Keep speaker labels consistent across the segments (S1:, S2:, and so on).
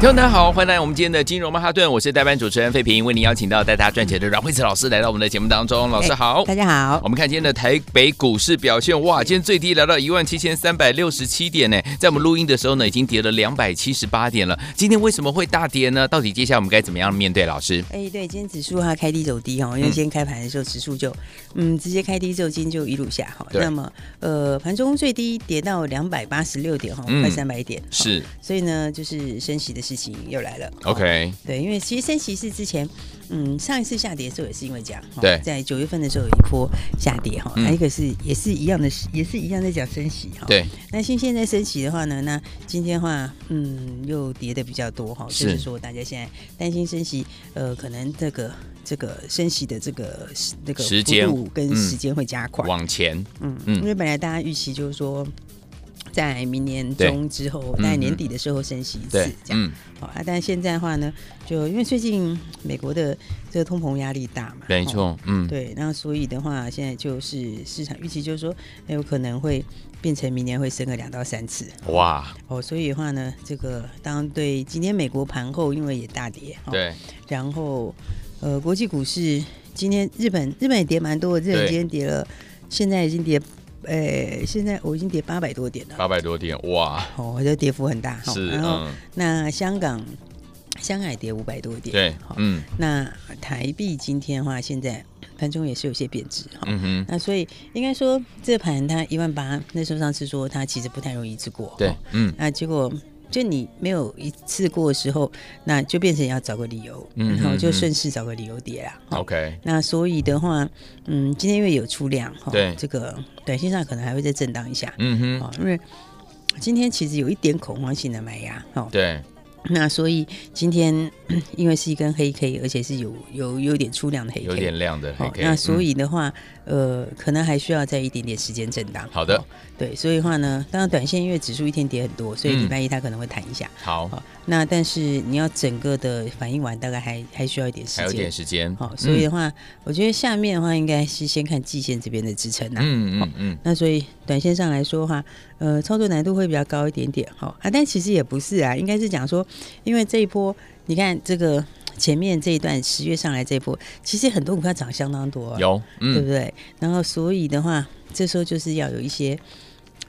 S1: 听众大家好，欢迎来到我们今天的金融曼哈顿，我是代班主持人费平，为您邀请到带大家赚钱的阮慧慈老师来到我们的节目当中，老师哦好。
S2: 大家好
S1: 我，们看今天的台北股市表现，哇，今天最低来到一万七千三百六十七点呢，在我们录音的时候呢，已经跌了两百七十八点了。今天为什么会大跌呢？到底接下来我们该怎么样面对？老师，
S2: 哎、对，今天指数它开低走低哈，因为
S1: 嗯
S2: 今天开盘的时候指数就嗯直接开低之后，今天就一路下哈。
S1: 对
S2: 那么呃盘中最低跌到两百八十六点哈，
S1: 嗯
S2: 快三百点。哈，
S1: 是
S2: 所以呢就是升息的事情又来了。哈
S1: OK，
S2: 对，因为其实升息是之前，嗯，上一次下跌的时候也是因为这样，哈
S1: 对
S2: 在九月份的时候有一波下跌哈，啊
S1: 嗯
S2: 还有一个是也是一样的，也是一样在讲升息哈。
S1: 对，
S2: 那现现在升息的话呢，那今天的话，嗯，又跌的比较多哈，就是是说大家现在担心升息，呃，可能这个这个升息的这个那个
S1: 时间
S2: 幅度跟
S1: 嗯
S2: 时间会加快，
S1: 往前，
S2: 嗯，
S1: 嗯
S2: 因为本来大家预期就是说。在明年
S1: 对嗯
S2: 中之后，在年底的时候升息一次
S1: 对，，嗯
S2: 这样。，好、啊，但现在的话呢，就因为最近美国的这个通膨压力大嘛，
S1: 没
S2: 哦
S1: 错，嗯，
S2: 对，那所以的话，现在就是市场预期就是说，很有可能会变成明年会升个两到三次
S1: 哇，
S2: 哦。所以的话呢，这个当然对今天美国盘后因为也大跌，哦、，
S1: 对，
S2: 然后呃，国际股市今天日本日本也跌蛮多的，日本
S1: 对
S2: 今天跌了，现在已经跌，呃，现在我已经跌八百多点了，
S1: 八百多点，哇，
S2: 哦，这跌幅很大，哦
S1: 是，
S2: 然后、
S1: 嗯，
S2: 那香港香港也跌五百多点，
S1: 对
S2: 好、，
S1: 嗯，
S2: 那台币今天的话，现在盘中也是有些贬值哈。
S1: 嗯哼，
S2: 那所以应该说，这盘它一万八，那时候上次说它其实不太容易一次过。哦
S1: 对
S2: 哈，
S1: 嗯，
S2: 那结果就你没有一次过的时候，那就变成要找个理由，
S1: 嗯
S2: 然后就
S1: 嗯嗯
S2: 顺势找个理由跌啦。哈
S1: OK，
S2: 那所以的话，嗯，今天因为有出量哈，
S1: 对
S2: 这个短线上可能还会再震荡一下，
S1: 嗯哼，
S2: 哦，因为今天其实有一点恐慌性的买压，哦，
S1: 对，
S2: 那所以今天 因为是一根黑 K，而且是有有有点出量的黑 K，
S1: 有点亮的，
S2: 哦
S1: OK，
S2: 那所
S1: 嗯
S2: 以的话，呃，可能还需要再一点点时间震荡。
S1: 好的
S2: 哦对，所以的话呢，当然短线因为指数一天跌很多，所以
S1: 嗯
S2: 礼拜一它可能会弹一下。
S1: 好，
S2: 哦，那但是你要整个的反应完，大概还还需要一点时
S1: 还有点
S2: 间。
S1: 时间，
S2: 好、所
S1: 嗯
S2: 以的话，我觉得下面的话应该是先看季线这边的支撑啊。
S1: 嗯嗯嗯，
S2: 那所以短线上来说的话，呃，操作难度会比较高一点点哈、哦、啊，但其实也不是啊，应该是讲说，因为这一波，你看这个前面这一段十月上来这一波，其实很多股票涨相当多、啊，
S1: 有，
S2: 对不
S1: 嗯，
S2: 对？然后所以的话，这时候就是要有一些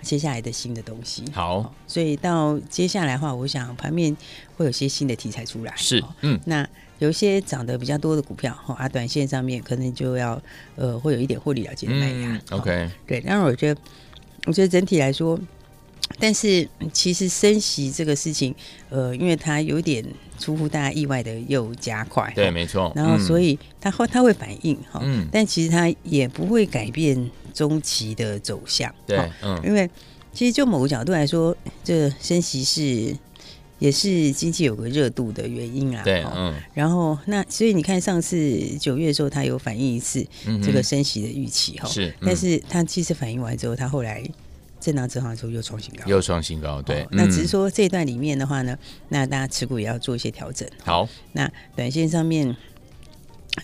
S2: 接下来的新的东西。
S1: 好
S2: 哦，所以到接下来的话，我想盘面会有些新的题材出来。
S1: 是
S2: 哦，
S1: 嗯，
S2: 那有一些涨得比较多的股票，哈、哦、啊，短线上面可能就要呃会有一点获利了结的卖压。
S1: 嗯
S2: 哦
S1: ，OK，
S2: 对，当然我觉得，我觉得整体来说，但是其实升息这个事情，呃，因为它有点出乎大家意外的又加快，
S1: 对，
S2: 哈
S1: 没错，
S2: 然后所
S1: 以，
S2: 以它会它会反应哈，
S1: 嗯
S2: 但其实它也不会改变中期的走向，哈
S1: 对，嗯，
S2: 因为其实就某个角度来说，这升息是也是经济有个热度的原因啦，
S1: 对，
S2: 哈
S1: 嗯，
S2: 然后那所以你看上次九月的时候，它有反映一次
S1: 嗯
S2: 这个
S1: 哼
S2: 升息的预期哈，
S1: 是嗯
S2: 但是它其实反映完之后，它后来震荡震荡之后又创新高。
S1: 嗯又创新高，对
S2: 哦，那
S1: 嗯
S2: 只是说这一段里面的话呢，那大家持股也要做一些调整。
S1: 好，
S2: 那短线上面，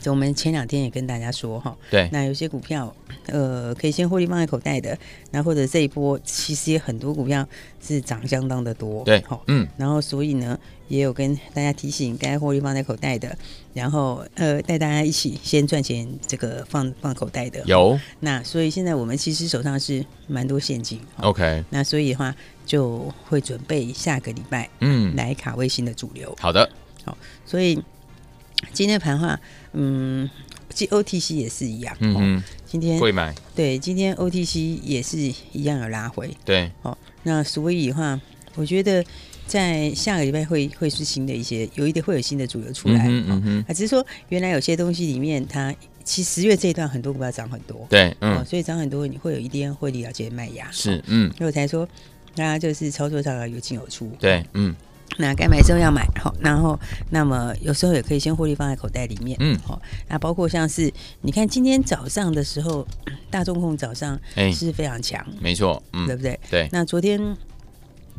S2: 我们前两天也跟大家说哈，
S1: 对，
S2: 那有些股票，呃，可以先获利放在口袋的，那或者这一波其实也很多股票是涨相当的多，
S1: 对
S2: 好，，
S1: 嗯，
S2: 然后所以呢，也有跟大家提醒该获利放在口袋的，然后呃，带大家一起先赚钱，这个放放口袋的，
S1: 有
S2: 那所以现在我们其实手上是蛮多现金，哦
S1: ，OK，
S2: 那所以的话就会准备下个礼拜
S1: 嗯，
S2: 来卡位新的主流。
S1: 好的，
S2: 所以今天的盘的话，嗯，其实 OTC 也是一样。哦、
S1: 嗯哼，
S2: 今天
S1: 会买，
S2: 对，今天 OTC 也是一样有拉回。
S1: 对，
S2: 那所以的话，我觉得在下个礼拜会会是新的一些，有一点会有新的主流出
S1: 嗯
S2: 来。
S1: 哼
S2: 哦
S1: 嗯哼，
S2: 啊，只是说原来有些东西里面它，其实十月这一段很多股票涨很多，
S1: 对，
S2: 哦，
S1: 嗯，
S2: 所以涨很多你会有一定会理了解卖压。
S1: 是，嗯，
S2: 所以我才说，大家就是操作上啊有进有出。
S1: 对，嗯，
S2: 那该买的时候要买，好，然后那么有时候也可以先获利放在口袋里面，
S1: 嗯
S2: 好，那包括像是你看今天早上的时候，大众控早上
S1: 哎
S2: 是非常强，
S1: 没错，
S2: 对
S1: 嗯，
S2: 不对？
S1: 对，
S2: 那昨天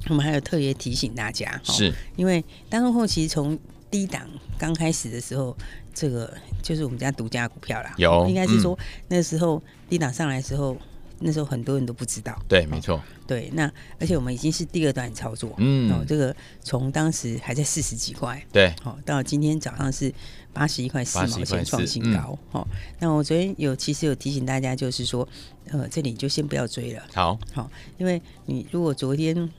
S2: 我们还有特别提醒大家，哦
S1: 是
S2: 因为大众控其实从低档刚开始的时候，这个就是我们家独家股票啦，哦
S1: 有
S2: 应该是说那时候低档上来的时候，那时候很多人都不知道，
S1: 对，没错，
S2: 对，那而且我们已经是第二段操作，
S1: 嗯
S2: 哦，这个从当时还在四十几块，
S1: 对，
S2: 好、哦，到今天早上是八十一块四毛
S1: 81.4
S2: 钱创新高，好、哦，那我昨天有其实有提醒大家，就是说，呃，这里就先不要追了，
S1: 好，
S2: 好、因为你如果昨天。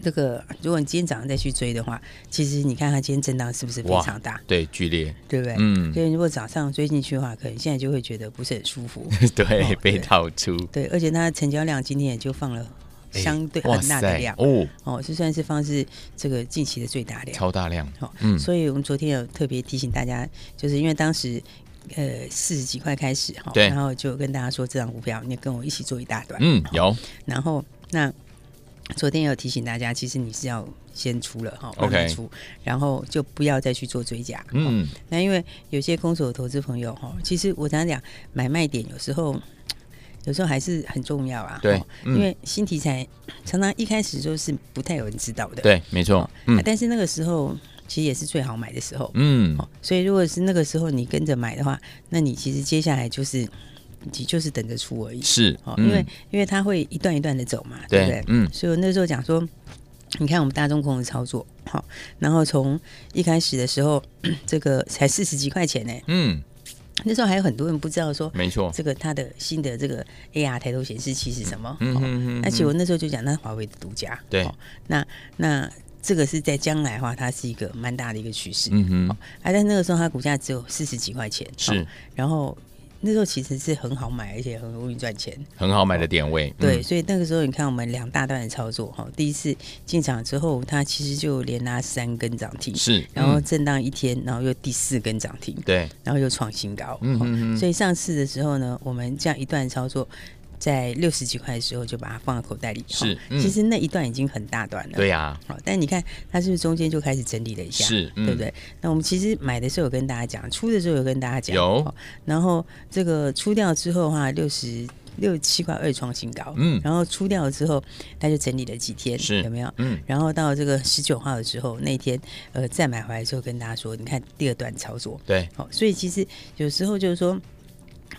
S2: 这个，如果你今天早上再去追的话，其实你看它今天震荡是不是非
S1: 哇
S2: 常大，
S1: 对，剧烈，
S2: 对不对？
S1: 嗯
S2: 所，以如果早上追进去的话，可能现在就会觉得不是很 舒服。
S1: 对，
S2: 哦
S1: 被套出，
S2: 对，而且它的成交量今天也就放了
S1: 哎
S2: 相对
S1: 哇
S2: 很大的
S1: 塞
S2: 量，
S1: 哦，
S2: 哦，这算是放是这个近期的最大量。
S1: 超大量，
S2: 好、
S1: 嗯
S2: 所以我们昨天有特别提醒大家，就是因为当时呃四十几块开始哈，
S1: 对
S2: 然后就跟大家说这张股票，你跟我一起做一大段，
S1: 嗯，
S2: 好
S1: 有，
S2: 然后那昨天有提醒大家，其实你是要先出了哈、慢慢
S1: OK
S2: 出，然后就不要再去做追加，哦
S1: 嗯，
S2: 那因为有些空手投资朋友哈，其实我常常讲买卖点有时候。有时候还是很重要啊，
S1: 对
S2: 哦
S1: 嗯
S2: 因为新题材常常一开始就是不太有人知道的，
S1: 对，没错，
S2: 啊
S1: 嗯
S2: 但是那个时候其实也是最好买的时候，
S1: 嗯，
S2: 哦，所以如果是那个时候你跟着买的话，那你其实接下来就是你就是等着出而已，
S1: 是
S2: 哦，，因为、
S1: 嗯，
S2: 因为它会一段一段的走嘛，对不
S1: 对
S2: 对，？
S1: 嗯，
S2: 所以我那时候讲说， 你看我们大众控的操作， 好、然后从一开始的时候， 这个才四十几块钱呢，
S1: 嗯，
S2: 那时候还有很多人不知道说
S1: 没错，
S2: 这个它的新的这个 AR 抬头显示器是什么，
S1: 嗯
S2: 哦
S1: 哼哼
S2: 而且
S1: 哼
S2: 我那时候就讲，那是华为的独家，
S1: 对
S2: 哦那那这个是在将来的话，它是一个蛮大的一个趋势。
S1: 嗯哼，
S2: 哎、但是那个时候它股价只有四十几块钱，
S1: 是
S2: 哦然后那时候其实是很好买，而且很容易赚钱。
S1: 很好买的点位，
S2: 哦对，
S1: 嗯，
S2: 所以那个时候你看我们两大段的操作哈、哦，第一次进场之后，它其实就连拉三根涨停，
S1: 是，
S2: 然后
S1: 嗯
S2: 震荡一天，然后又第四根涨停，
S1: 对，
S2: 然后又创新高。
S1: 嗯
S2: 哦
S1: 哼哼
S2: 所以上次的时候呢，我们这样一段操作。在六十几块的时候就把它放在口袋里，
S1: 是
S2: 哦
S1: 嗯
S2: 其实那一段已经很大段了。
S1: 对呀，
S2: 好，但你看它是不是中间就开始整理了一下，
S1: 是嗯
S2: 对不对？那我们其实买的时候有跟大家讲，出的时候有跟大家讲，
S1: 有
S2: 好然后这个出掉之后的话，六十六七块二创新高，
S1: 嗯
S2: 然后出掉了之后，它就整理了几天，
S1: 是
S2: 有没有？
S1: 嗯，
S2: 然后到这个十九号的时候，那天呃再买回来之后，跟大家说，你看第二段操作，
S1: 对，
S2: 好、所以其实有时候就是说。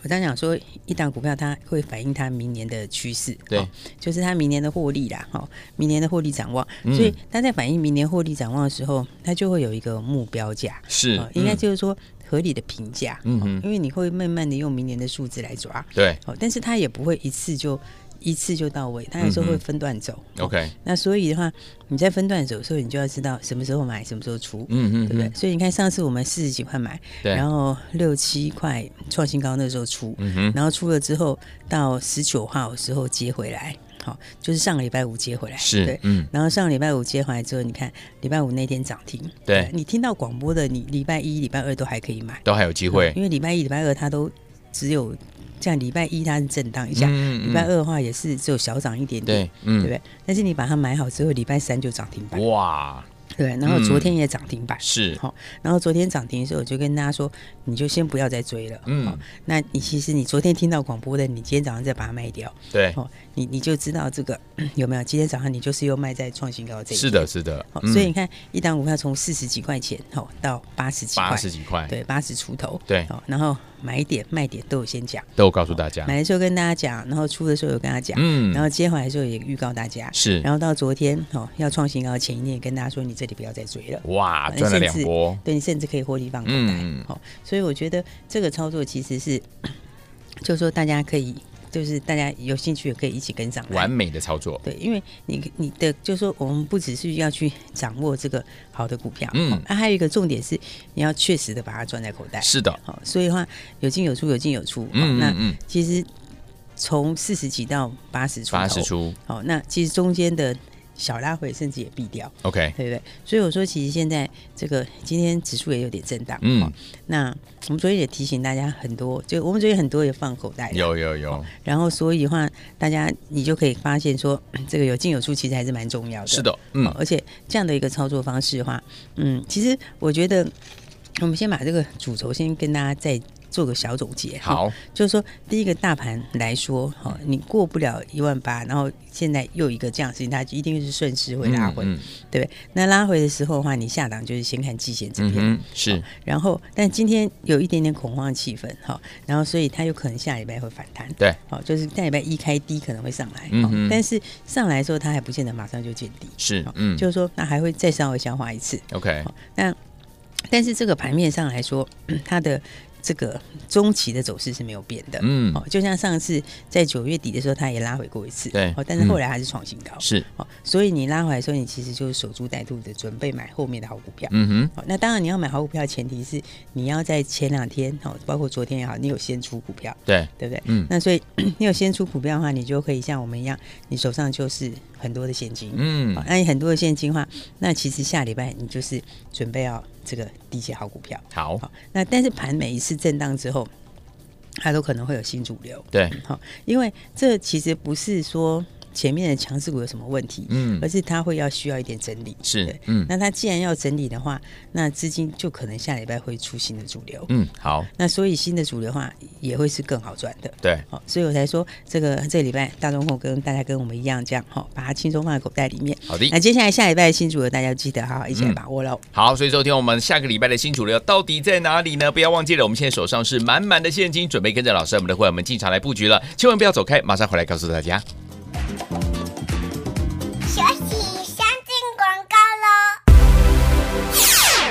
S2: 我刚讲说，一档股票它会反映它明年的趋势，
S1: 对
S2: 哦就是它明年的获利啦，哈、明年的获利展望。
S1: 嗯
S2: 所以它在反映明年获利展望的时候，它就会有一个目标价，
S1: 是
S2: 哦，应该
S1: 嗯
S2: 就是说合理的评价，
S1: 嗯
S2: 哦
S1: 哼
S2: 因为你会慢慢的用明年的数字来抓，
S1: 对
S2: 哦，但是它也不会一次就一次就到位，它有时候
S1: 嗯
S2: 会
S1: 哼
S2: 分段走。哦
S1: ，OK，
S2: 那所以的话，你在分段走的时候，你就要知道什么时候买，什么时候出，
S1: 嗯
S2: 对
S1: 嗯，
S2: 不对？
S1: 嗯
S2: 所以你看上次我们四十几块买，
S1: 对，
S2: 然后六七块创新高那时候出，
S1: 嗯哼，
S2: 然后出了之后到十九号的时候接回来，好、就是上个礼拜五接回来，
S1: 是
S2: 对，。
S1: 嗯，
S2: 然后上个礼拜五接回来之后，你看礼拜五那天涨停，
S1: 对
S2: 你听到广播的，你礼拜一、礼拜二都还可以买，
S1: 都还有机会，
S2: 嗯因为礼拜一、礼拜二它都只有像礼拜一它是震荡一下，
S1: 嗯
S2: 礼拜二的话也是只有小涨一点点，
S1: 对，嗯
S2: 对不对？但是你把它买好之后，礼拜三就涨停板，
S1: 哇，
S2: 对，然后昨天也涨停板，
S1: 嗯是，
S2: 好、然后昨天涨停的时候，我就跟大家说，你就先不要再追了。
S1: 嗯
S2: 好那你其实你昨天听到广播的，你今天早上再把它卖掉，
S1: 对，
S2: 哦，你你就知道这个有没有？今天早上你就是又卖在创新高这一
S1: 是嗯
S2: 点。
S1: 的，是的，
S2: 好、所以你看，一档股票从四十几块钱，好、到八十几块，
S1: 八十几块，
S2: 对，八十出头，
S1: 哎对
S2: 好、然后买点卖点都有先讲，
S1: 都有告诉大家，
S2: 哦买的时候跟大家讲，然后出的时候有跟他讲，
S1: 嗯
S2: 然后接回来的时候也预告大家，
S1: 是
S2: 然后到昨天哦要创新高前一天也跟大家说，你这里不要再追了。
S1: 哇，
S2: 呃
S1: 赚了
S2: 甚
S1: 两
S2: 至
S1: 波，
S2: 对你甚至可以获利放口袋。
S1: 嗯，
S2: 好、所以我觉得这个操作其实是，就是说大家可以，就是大家有兴趣也可以一起跟上来。
S1: 完美的操作，
S2: 对，因为你你的就是说，我们不只是要去掌握这个好的股票，
S1: 嗯
S2: 嗯，那、还有一个重点是，你要确实的把它装在口袋。
S1: 是的，
S2: 好、所以的话有进有出，有进有出。嗯，
S1: 嗯嗯
S2: 那
S1: 嗯，
S2: 其实从四十几到八十出头，
S1: 八十出，
S2: 好、那其实中间的小拉回，甚至也避掉，
S1: ，OK，
S2: 对不对？所以我说，其实现在这个今天指数也有点震荡，
S1: 嗯
S2: 哦那我们昨天也提醒大家很多，就我们昨天很多也放口袋，
S1: 有有有，
S2: 然后所以的话，大家你就可以发现说，嗯这个有进有出其实还是蛮重要的。
S1: 是，的，嗯
S2: 而且这样的一个操作方式的话，嗯，其实我觉得我们先把这个主轴先跟大家再做个小总结。哈，
S1: 好，
S2: 就是说第一个大盘来说，哈，你过不了一万八，然后现在又一个这样的事情，它一定是顺势会拉回，
S1: 嗯
S2: 对不对？那拉回的时候的话，你下档就是先看季线这
S1: 嗯
S2: 边。
S1: 嗯哼，是
S2: 然后，但今天有一点点恐慌气氛哈，然后所以它有可能下礼拜会反弹，
S1: 对，
S2: 好，就是下礼拜一开低可能会上来，
S1: 嗯
S2: 哦
S1: 哼
S2: 但是上来的时候它还不见得马上就见底，
S1: 是
S2: 哦，
S1: 嗯，
S2: 就是说那还会再稍微消化一次，
S1: OK，
S2: 好那但是这个盘面上来说， 它的这个中期的走势是没有变的，
S1: 嗯，
S2: 哦，就像上次在九月底的时候，它也拉回过一次，
S1: 对
S2: 哦，但是后
S1: 嗯
S2: 来还是创新高，
S1: 是，
S2: 哦，所以你拉回来的时候，你其实就是守株待兔的，准备买后面的好股票，
S1: 嗯
S2: 好，那当然你要买好股票，前提是你要在前两天，好，包括昨天也好，你有先出股票
S1: 哼，，对，
S2: 对不对？
S1: 嗯
S2: 那所以 你有先出股票的话，你就可以像我们一样，你手上就是很多的现金。
S1: 嗯
S2: 好，那你很多的现金的话，那其实下礼拜你就是准备要这个低阶好股票。
S1: 好，
S2: 好，那但是盘每一次震荡之后，它都可能会有新主流。
S1: 对，
S2: 好，因为这其实不是说前面的强势股有什么问题，
S1: 嗯
S2: 而是它会要需要一点整理。
S1: 是
S2: 对，
S1: 嗯
S2: 那它既然要整理的话，那资金就可能下礼拜会出新的主流。
S1: 嗯，好，
S2: 那所以新的主流的话，也会是更好赚的。
S1: 对，
S2: 好、所以我才说这个这个礼拜大中控跟大家跟我们一样这样哈、把它轻松放在口袋里面。
S1: 好的
S2: 那。接下来下礼拜的新主流，大家记得好好一起来把握喽。
S1: 好，所以昨天我们下个礼拜的新主流到底在哪里呢？不要忘记了，我们现在手上是满满的现金，准备跟着老师我们的会员们进场来布局 了，千万不要走开，马上回来告诉大家。
S3: 学习先进广告喽。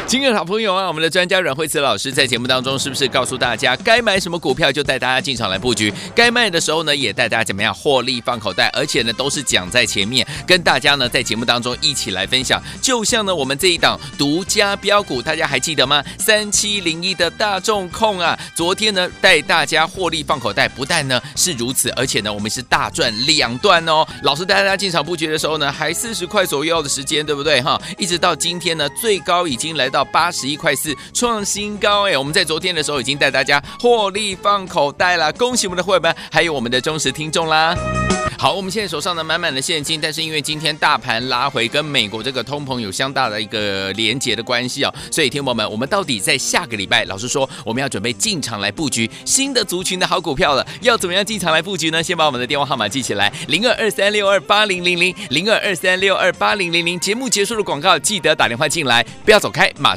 S1: 亲爱的好朋友啊，我们的专家阮慧慈老师在节目当中是不是告诉大家该买什么股票就带大家进场来布局，该卖的时候呢也带大家怎么样获利放口袋，而且呢都是讲在前面，跟大家呢在节目当中一起来分享。就像呢我们这一档独家标股，大家还记得吗？三七零一的大众控啊，昨天呢带大家获利放口袋，不但呢是如此，而且呢我们是大赚两段哦。老师带大家进场布局的时候呢，还四十块左右的时间，对不对哈？一直到今天呢，最高已经来到八十一块四，创新高哎！我们在昨天的时候已经带大家获利放口袋啦，恭喜我们的会员们，还有我们的忠实听众啦。 好，我们现在手上呢满满的现金，但是因为今天大盘拉回跟美国这个通膨有相大的一个连结的关系哦，所以听友们，我们到底在下个礼拜，老师说我们要准备进场来布局新的族群的好股票了，要怎么样进场来布局呢？先把我们的电话号码记起来，零二二三六二八零零零零二二三六二八零零零。节目结束的广告记得打电话进来，不要走开，马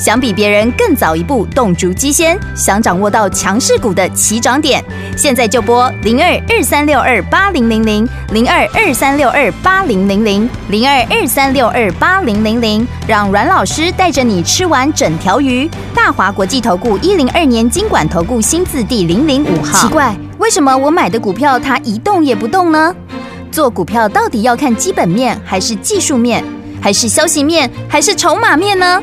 S4: 想比别人更早一步动足机先，想掌握到强势股的起涨点，现在就拨零二二三六二八零零零零二二三六二八零零零零二二三六二八零零零，让阮老师带着你吃完整条鱼。大华国际投顾一零二年经管投顾新字第零零五号。奇怪，为什么我买的股票它一动也不动呢？做股票到底要看基本面，还是技术面，还是消息面，还是筹码面呢？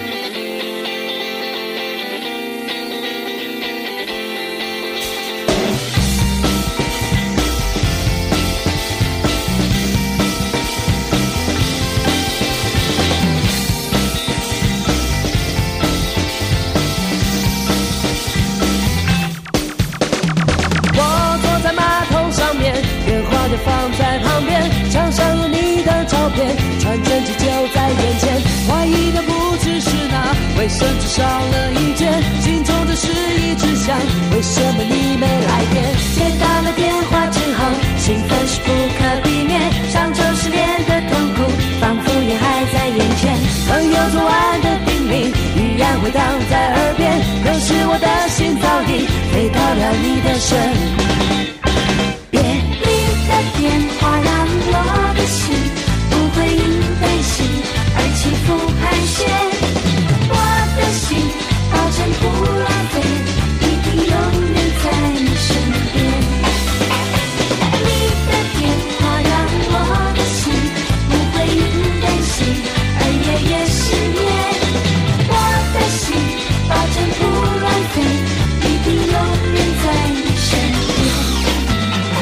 S5: 我坐在马桶上面，电话就放在旁边，墙上有你的照片，窗很trendy 就在眼前。怀疑的不只是那卫生纸少了一卷，心中的是一直想，为什么你没来电？
S6: 接到了电话之后，兴奋是不可避免，上周失恋的痛苦仿佛也还在眼前。
S5: 朋友昨晚的叮咛依然回荡在耳边，可是我的心早已飞到了你的身边。
S6: 你的电话让我的心不会因担心而起伏盘旋，我的心保证不浪费，一定永远在你身边。你的电话让我的心不会因担心而夜夜失眠，我的心保证不浪费，一定永远在你身边。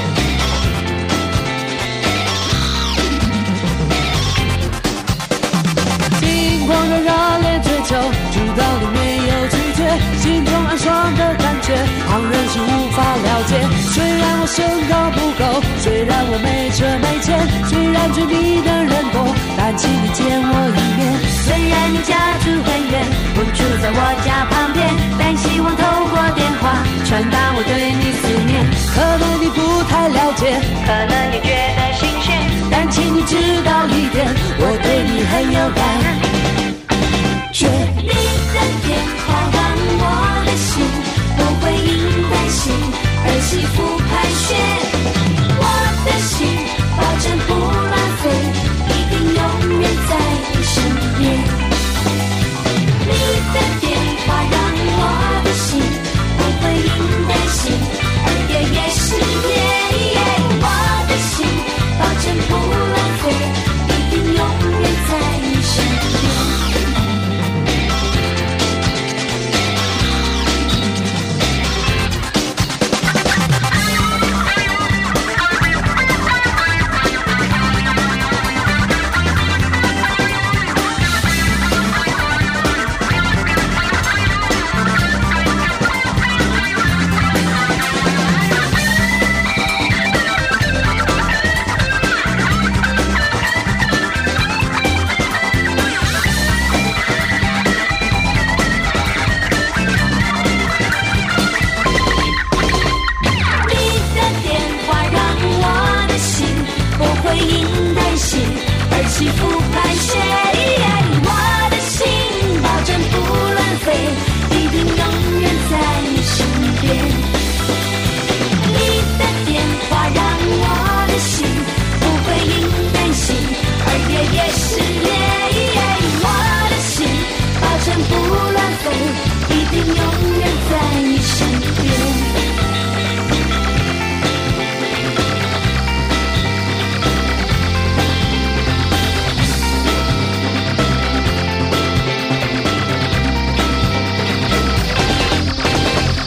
S5: 金光热热烈追求，直到你没有拒绝，心中暗爽的感觉，旁人是无法了解。虽然我身高不高，虽然我没车没钱，虽然追你的人多，但请你见我一面。
S6: 虽然你家住很远，我住在我家旁边，但希望透过电话传达我对你思念。
S5: 可能你不太了解，
S6: 可能你觉得新鲜，
S5: 但请你知道一点，我对你很有感觉。
S6: 你的电话让我的心不会因担心而起伏盘旋。我的心保证不浪费，一定永远在你身边。你的电话让我的心不会因担心而夜夜失眠。我的心保证不浪费，一定永远在你身边。你的电话让我的心不会因担心而起伏盘旋。我的心保证不乱飞，一定永远在你身边。你的电话让我的心不会因担心而夜夜失眠。我的心保证不乱飞，一定永远在你身边。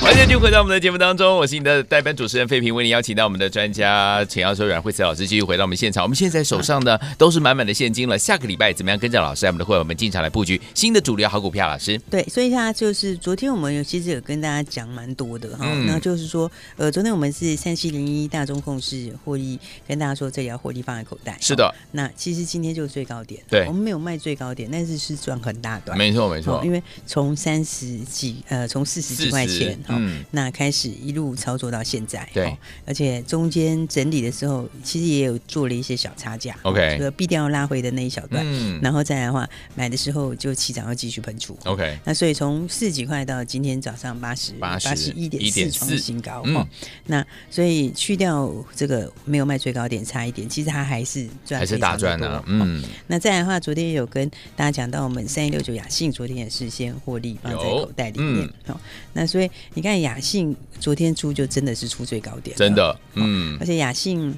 S1: 欢迎继续回到我们的节目当中，我是你的代班主持人费平，为你邀请到我们的专家钱教授阮慧慈老师继续回到我们现场。我们现在手上呢都是满满的现金了，下个礼拜怎么样跟着老师，我们的会员们进场来布局新的主流好股票？老师，
S2: 对，所以现在就是昨天我们有其实有跟大家讲蛮多的哈，
S1: 嗯
S2: 那就是说，呃，昨天我们是三七零一大众控市获利，跟大家说这里要获利放在口袋。
S1: 是的，
S2: 那其实今天就是最高点，
S1: 对
S2: 我们没有卖最高点，但是是赚很大段，
S1: 没错没
S2: 哦
S1: 错
S2: 因，为从三十几呃，从四十几块
S1: 40
S2: 钱哦
S1: 嗯
S2: 那开始一路操作到现在，
S1: 对
S2: 哦而且中间整理的时候，其实也有做了一些小差价
S1: OK
S2: 这个必定要拉回的那一小段，
S1: 嗯
S2: 然后再来的话，买的时候就起涨要继续喷出。
S1: ，OK，
S2: 那所以从四十几块到今天早上八十
S1: 80
S2: 一点四
S1: 1.4
S2: 创新高、
S1: 嗯
S2: 哦，那所以去掉这个没有卖最高点差一点，其实它还是赚
S1: 还是
S2: 非常
S1: 大赚
S2: 的
S1: 呢
S2: 多，哦
S1: 嗯，
S2: 那再来的话，昨天也有跟大家讲到，我们三一六九雅信昨天也是先获利放在口袋里面
S1: 有。嗯
S2: 好、那所以你看雅信昨天出就真的是出最高点，
S1: 真，的，嗯
S2: 而，且雅信。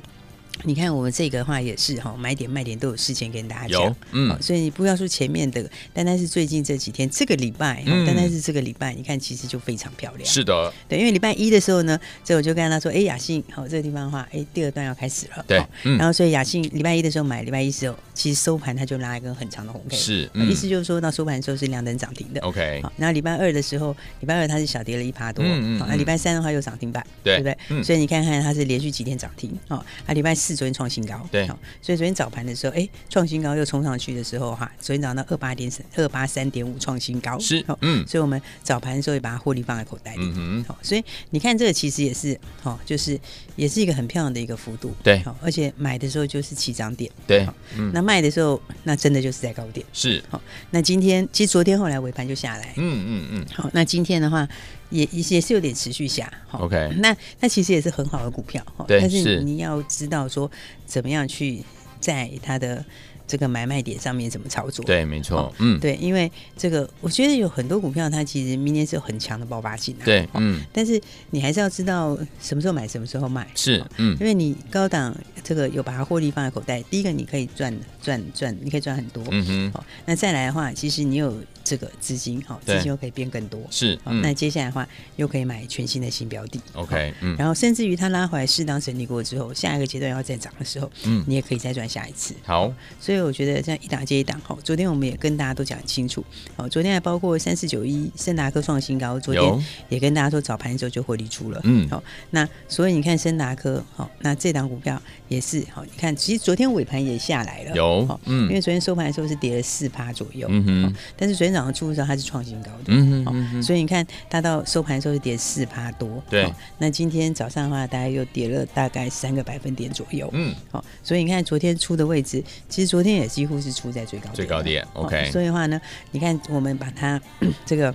S2: 你看我们这个的话也是哈，买点卖点都有事先跟大家
S1: 有
S2: 讲，，
S1: 嗯
S2: 好，所以你不要说前面的，单单是最近这几天，这个礼拜，哈
S1: 嗯
S2: 单单是这个礼拜，你看其实就非常漂亮。
S1: 是的，
S2: 对，因为礼拜一的时候呢，所以我就跟他说，哎，雅信，好，这个地方的话，哎，第二段要开始了，
S1: 对
S2: 好
S1: 嗯
S2: 然后所以雅信礼拜一的时候买，礼拜一时候其实收盘它就拉一根很长的红 K，，
S1: 是，
S2: 好
S1: 嗯
S2: 意思就是说到收盘的时候是两等涨停的。
S1: ，OK，
S2: 好，然后礼拜二的时候，礼拜二它是小跌了一趴多，
S1: 嗯嗯
S2: 好，那
S1: 嗯
S2: 礼拜三的话又涨停板，
S1: 对
S2: 不对？
S1: 嗯
S2: 所以你看看它是连续几天涨停，好，啊，礼拜四昨天创新高，
S1: 对
S2: 好所以昨天早盘的时候，哎，创新高又冲上去的时候哈，昨天早上到二八点二八三点五创新高，
S1: 是
S2: 好
S1: 嗯
S2: 所以我们早盘的时候也把它获利放在口袋里，
S1: 嗯哼，
S2: 好，所以你看这个其实也是，好，就是也是一个很漂亮的一个幅度，
S1: 对
S2: 好，而且买的时候就是起涨点，
S1: 对
S2: 好，
S1: 嗯，
S2: 那卖的时候那真的就是在高点，
S1: 是，
S2: 好，那今天其实昨天后来尾盘就下来，
S1: 嗯嗯嗯，
S2: 好，那今天的话也也也是有点持续下，好
S1: OK
S2: 那那其实也是很好的股票，好
S1: 对
S2: 但
S1: 是
S2: 是你要知道说怎么样去在它的这个买卖点上面怎么操作，
S1: 对，没错，嗯，
S2: 对，因为这个我觉得有很多股票它其实明天是有很强的爆发性、啊，
S1: 对，
S2: 好
S1: 嗯，
S2: 但是你还是要知道什么时候买，什么时候卖，
S1: 是
S2: 好，
S1: 嗯
S2: 因为你高档这个有把它获利放在口袋，第一个你可以赚赚赚，你可以赚很多，
S1: 嗯哼，
S2: 好，那再来的话，其实你有这个资金，好，
S1: 对
S2: 资金又可以变更多，
S1: 是，
S2: 好，那
S1: 嗯
S2: 接下来的话又可以买全新的新标的。
S1: ，OK，嗯，
S2: 然后，甚至于它拉回来适当整理过之后，下一个阶段要再涨的时候，
S1: 嗯
S2: 你也可以再赚下一次。
S1: 好，
S2: 所以我觉得这样一档接一档，好，昨天我们也跟大家都讲很清楚，好，昨天还包括三四九一森达科创新高，昨
S1: 有
S2: 天也跟大家说早盘的时候就获利出了，
S1: 嗯
S2: 好，那所以你看森达科，好，那这档股票也是好，你看其实昨天尾盘也下来了，
S1: 有
S2: 好
S1: 嗯
S2: 因为昨天收盘的时候是跌了四趴左右，
S1: 嗯哼
S2: 好，但是昨天早上出的时候它是创新高的，
S1: 嗯哼
S2: 好
S1: 嗯哼
S2: 所以你看它到收盘的时候是跌四趴多，
S1: 对
S2: 好，那今天早上的话大概又跌了大概三个百分点左右，
S1: 嗯，
S2: 好、所以你看昨天出的位置，其实昨天也几乎是出在最高点的
S1: 最高点
S2: 哦
S1: OK
S2: 所以的话呢，你看我们把它 这个。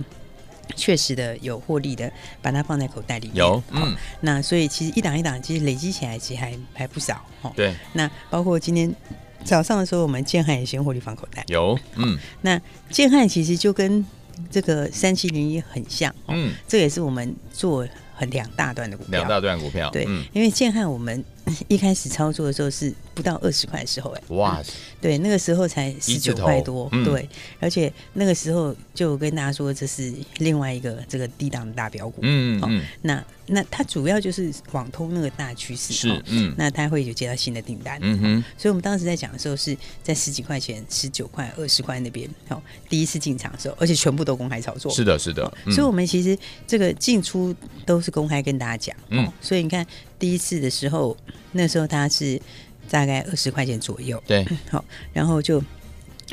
S2: 确实的有获利的，把它放在口袋里面。
S1: 有
S2: 好
S1: 嗯
S2: 那所以其实一档一档，其实累积起来其实还还不少哦。
S1: 对，
S2: 那包括今天早上的时候，我们建汉也先获利放口袋。
S1: 有，嗯
S2: 那建汉其实就跟这个三七零一很像，哦、
S1: 嗯，
S2: 这也是我们做很两大段的股票。
S1: 两大段股票，
S2: 对，
S1: 嗯，
S2: 因为建汉我们 一开始操作的时候是不到二十块的时候、哎，
S1: 哇，
S2: 对，那个时候才
S1: 一
S2: 十
S1: 字
S2: 九
S1: 头
S2: 块多，
S1: 嗯
S2: 对，而且那个时候就跟大家说这是另外一个这个低档的大标股，
S1: 嗯
S2: 好
S1: 嗯，
S2: 那那它主要就是网通那个大趋势，
S1: 是
S2: 哦，
S1: 嗯
S2: 那它会有接到新的订单，
S1: 嗯哼，
S2: 所以我们当时在讲的时候是在十几块钱、十九块、二十块那边，哦，第一次进场的时候，而且全部都公开操作，
S1: 是的，是的，嗯
S2: 所以，我们其实这个进出都是公开跟大家讲。
S1: 嗯
S2: 哦，所以你看第一次的时候，那时候它是大概二十块钱左右，
S1: 对，
S2: 好，然后就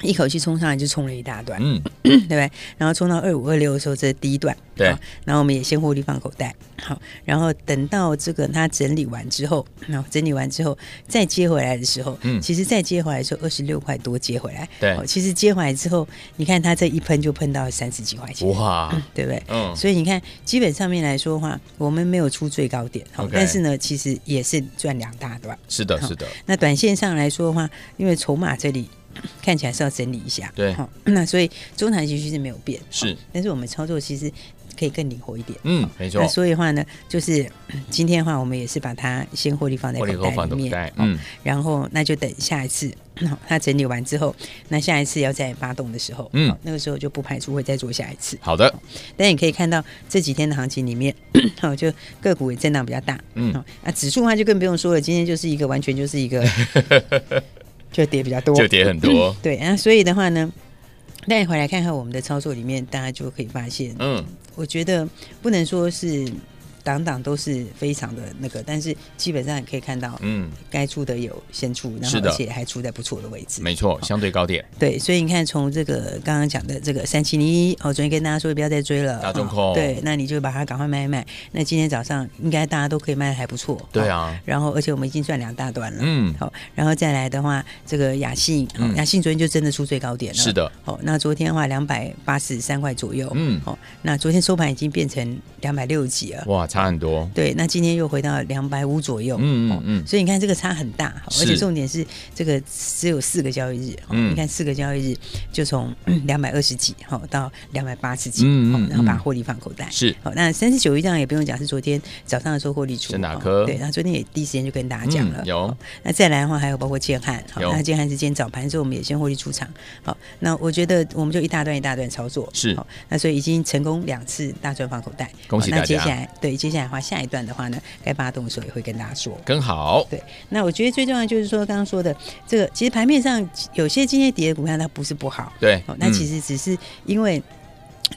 S2: 一口气冲上来就冲了一大段，
S1: 嗯，
S2: 对不对？然后冲到二五二六的时候，这是第一段，
S1: 对
S2: 好然后我们也先获利放口袋，好，然后等到这个它整理完之后，然后整理完之后再接回来的时候，
S1: 嗯
S2: 其实再接回来的时候二十六块多接回来，
S1: 对
S2: 好其实接回来之后，你看它这一喷就喷到三十几块钱，
S1: 哇，
S2: 对不对？
S1: 嗯，
S2: 所以你看，基本上面来说的话，我们没有出最高点，好
S1: OK
S2: 但是呢，其实也是赚两大段。
S1: 是的，是的，
S2: 那短线上来说的话，因为筹码这里看起来是要整理一下，
S1: 对
S2: 好， 那所以中长期趋势没有变，
S1: 是
S2: 好但是我们操作其实可以更灵活一点，
S1: 嗯
S2: 好，
S1: 没错
S2: 那，所以的话呢，就是嗯今天的话，我们也是把它先获利放在
S1: 获利后
S2: 口
S1: 放
S2: 袋里
S1: 口
S2: 面，
S1: 袋，
S2: 好
S1: 嗯，
S2: 然后那就等下一次， 好它整理完之后，那下一次要再发动的时候，
S1: 嗯
S2: 好那个时候就不排除会再做下一次。
S1: 好的，
S2: 但你可以看到这几天的行情里面， 哦，就个股也震荡比较大，
S1: 嗯
S2: 哦，那、指数的话就更不用说了，今天就是 一个完全就是一个就跌比较多，
S1: 就跌很多，
S2: 对，那、所以的话呢，带你回来看看我们的操作里面，大家就可以发现，
S1: 嗯，
S2: 我觉得不能说是档档都是非常的那个，但是基本上你可以看到，
S1: 嗯，
S2: 该出的有先出，然后
S1: 是的
S2: 而且还出在不错的位置，
S1: 没错，相对高点，
S2: 对，所以你看，从这个刚刚讲的这个三七零一，哦，昨天跟大家说不要再追了，
S1: 大众控
S2: 哦对，那你就把它赶快卖一卖。那今天早上应该大家都可以卖的还不错，
S1: 对
S2: 哦。
S1: 啊，
S2: 然后，而且我们已经赚两大段了，
S1: 嗯
S2: 好、然后再来的话，这个雅信，哦
S1: 嗯
S2: 雅信昨天就真的出最高点了，
S1: 是的，
S2: 好、那昨天的话两百八十三块左右，
S1: 嗯
S2: 好、那昨天收盘已经变成两百六几了，
S1: 哇，差很多，
S2: 对，那今天又回到两百五左右，
S1: 嗯
S2: 哦
S1: 嗯嗯
S2: 所以你看这个差很大，好
S1: 是
S2: 而且重点是这个只有四个交易日，哦
S1: 嗯
S2: 你看四个交易日就从 两百二十几好到两百八十几，
S1: 嗯嗯
S2: 好然后把
S1: 嗯
S2: 获利放口袋。
S1: 是，
S2: 好，那三十九一张也不用讲，是昨天早上的时候获利出。
S1: 是哪
S2: 哦
S1: 颗
S2: 对，那昨天也第一时间就跟大家讲了。
S1: 嗯有
S2: 哦那再来的话，还有包括建汉，好，
S1: 有
S2: 那建汉是今天早盘的时候我们也先获利出场。好，那我觉得我们就一大段一大段操作。
S1: 是
S2: 好，那所以已经成功两次大赚放口袋。
S1: 恭喜
S2: 好
S1: 大
S2: 那接
S1: 家
S2: 下来对接下来的话，下一段的话呢，该发动的时候也会跟大家说。
S1: 更好，
S2: 对，那我觉得最重要就是说，刚刚说的这个，其实盘面上有些今天跌的股票它不是不好，
S1: 对
S2: 哦，那
S1: 嗯
S2: 其实只是因为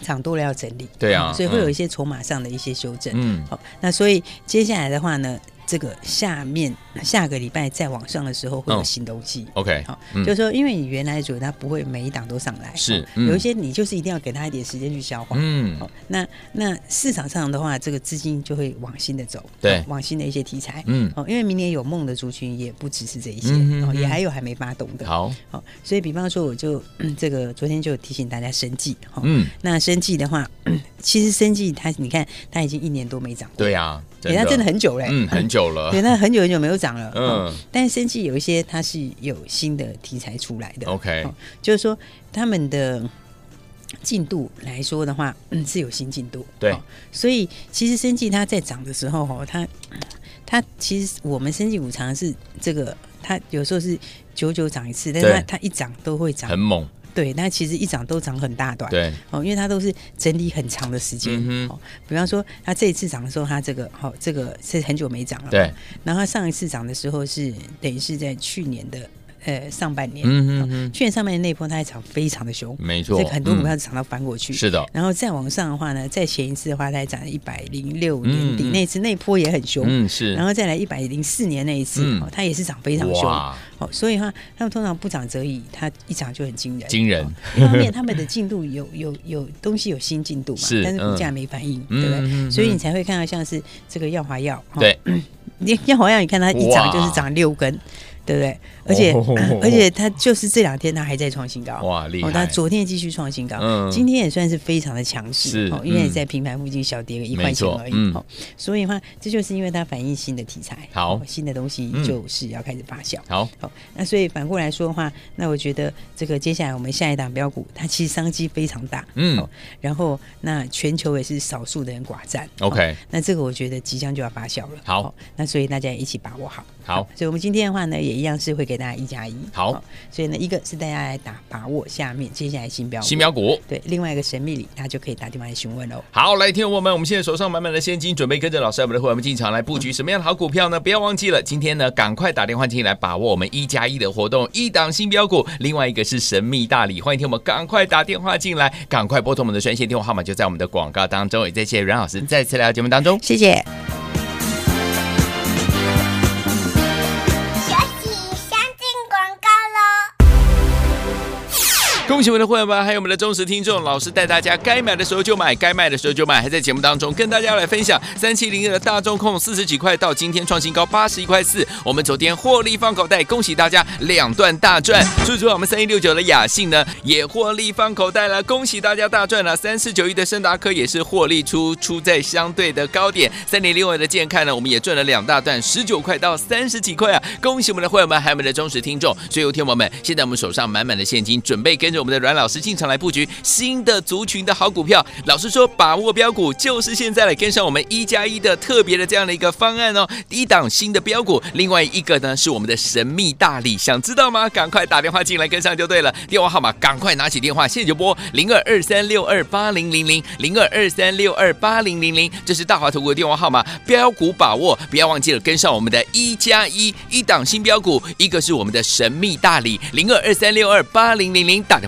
S2: 涨多了要整理，
S1: 对啊
S2: 哦所以会有
S1: 嗯
S2: 一些筹码上的一些修正，哦
S1: 嗯
S2: 好、那所以接下来的话呢，这个下面下个礼拜再往上的时候会有
S1: 嗯
S2: 新东西。
S1: OK，
S2: 好，
S1: 嗯
S2: 就是说，因为你原来的主流它不会每一档都上来，
S1: 是
S2: 哦
S1: 嗯
S2: 有一些你就是一定要给它一点时间去消化。
S1: 嗯
S2: 好，哦那那市场上的话，这个资金就会往新的走，
S1: 对
S2: 哦往新的一些题材，
S1: 嗯
S2: 哦，因为明年有梦的族群也不只是这一些，
S1: 嗯哼
S2: 哦，也
S1: 嗯
S2: 还有还没发动的，
S1: 好，
S2: 好，所以比方说，我就、嗯这个昨天就提醒大家生计，哈、
S1: 嗯，
S2: 那生计的话， 其实生计它，你看它已经一年多没涨过，
S1: 对呀，
S2: 对，哎它真的很久嘞、
S1: 嗯，很久了
S2: 对，那很久很久没有涨了。
S1: 嗯
S2: 嗯，但是生计有一些它是有新的题材出来的。
S1: ，OK，
S2: 哦就是说他们的进度来说的话，嗯，是有新进度。哦
S1: 对
S2: 所以其实生计它在涨的时候，哦，它它其实我们生计股常常是这个，它有时候是久久涨一次，但是它
S1: 对
S2: 它一涨都会涨
S1: 很，猛，
S2: 对，那其实一涨都涨很大段。。
S1: 对，
S2: 哦，因为它都是整理很长的时间。
S1: 嗯哼
S2: 哦，比方说它这一次涨的时候，它这个好、哦，这个是很久没涨了。
S1: 对。
S2: 然后它上一次涨的时候是等于是在去年的呃上半年。
S1: 嗯哼哼，
S2: 去年上半年那一波它还涨非常的凶，
S1: 没错
S2: 这个很多股票
S1: 嗯
S2: 是涨到翻过去。
S1: 是的，
S2: 然后再往上的话呢，再前一次的话，它还涨了一百零六年底，
S1: 嗯嗯
S2: 那一次那一波也很凶。
S1: 嗯是，
S2: 然后再来一百零四年那一次，
S1: 嗯
S2: 哦，它也是涨非常凶。
S1: 哇，
S2: 哦，所以哈，他们通常不涨则已，它一涨就很惊人。
S1: 惊人
S2: 哦 一方面他们的进度有有有东西有新进度嘛，
S1: 是
S2: 但是股价
S1: 嗯
S2: 没反应，
S1: 嗯
S2: 对不对？
S1: 嗯嗯
S2: 所以你才会看到像是这个耀华药，哦
S1: 对，
S2: 你耀华药，你看它一
S1: 哇
S2: 涨就是涨六根。对不对？而且、
S1: 哦
S2: 而且它就是这两天它还在创新高，
S1: 哇厉
S2: 它
S1: 害
S2: 昨天继续创新高，
S1: 嗯
S2: 今天也算是非常的强势，哦
S1: 是
S2: 因为也
S1: 嗯
S2: 在平盘附近小跌个一
S1: 没
S2: 块钱
S1: 错
S2: 而已，
S1: 嗯
S2: 哦，所以的话，这就是因为它反映新的题材，
S1: 好
S2: 哦新的东西
S1: 嗯
S2: 就是要开始发酵，
S1: 好，
S2: 好，那所以反过来说的话，那我觉得这个接下来我们下一档标股，它其实商机非常大，
S1: 嗯
S2: 好然后那全球也是少数的人寡占
S1: OK
S2: 好那这个我觉得即将就要发酵了，
S1: 好
S2: 那所以大家也一起把握好，
S1: 好
S2: 所以我们今天的话呢，也一样是会给大家一加一，
S1: 好，
S2: 所以呢，一个是大家来打把握下面接下来新标股
S1: 新苗股。
S2: 对，另外一个神秘礼，大家就可以打电话来询问喽。
S1: 好，来，听众朋友们，我们现在手上满满的现金，准备跟着老师我们的会员们进场来布局什么样的好股票呢？不要忘记了，今天呢，赶快打电话进来把握我们一加一的活动，一档新标股，另外一个是神秘大礼，欢迎听我们赶快打电话进来，赶快拨通我们的专线电话号码，就在我们的广告当中。也再谢谢阮老师再次来到节目当中。
S2: 谢谢。
S3: 学习先进广告喽。
S1: 恭喜我们的会员们，还有我们的忠实听众，老师带大家该买的时候就买，该卖的时候就卖，还在节目当中跟大家来分享三七零二的大众控四十几块到今天创新高八十一块四，我们昨天获利放口袋，恭喜大家两段大赚。除此之外，我们三一六九的雅信呢也获利放口袋了，恭喜大家大赚了。三四九一的盛达科也是获利出出在相对的高点，三零六二的健康呢我们也赚了两大段，十九块到三十几块啊，恭喜我们的会员们，还有我们的忠实听众。所以，有天友们，现在我们手上满满的现金，准备跟着我们的阮老师进场来布局新的族群的好股票。老师说，把握标股就是现在了，跟上我们一加一的特别的这样的一个方案哦。一档新的标股，另外一个呢是我们的神秘大礼，想知道吗？赶快打电话进来跟上就对了。电话号码赶快拿起电话，现在就拨零二二三六二八零零零零二二三六二八零零零，这是大华投顾的电话号码。标股把握，不要忘记了跟上我们的一加一一档新标股，一个是我们的神秘大礼零二二三六二八零零零，打电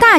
S4: 大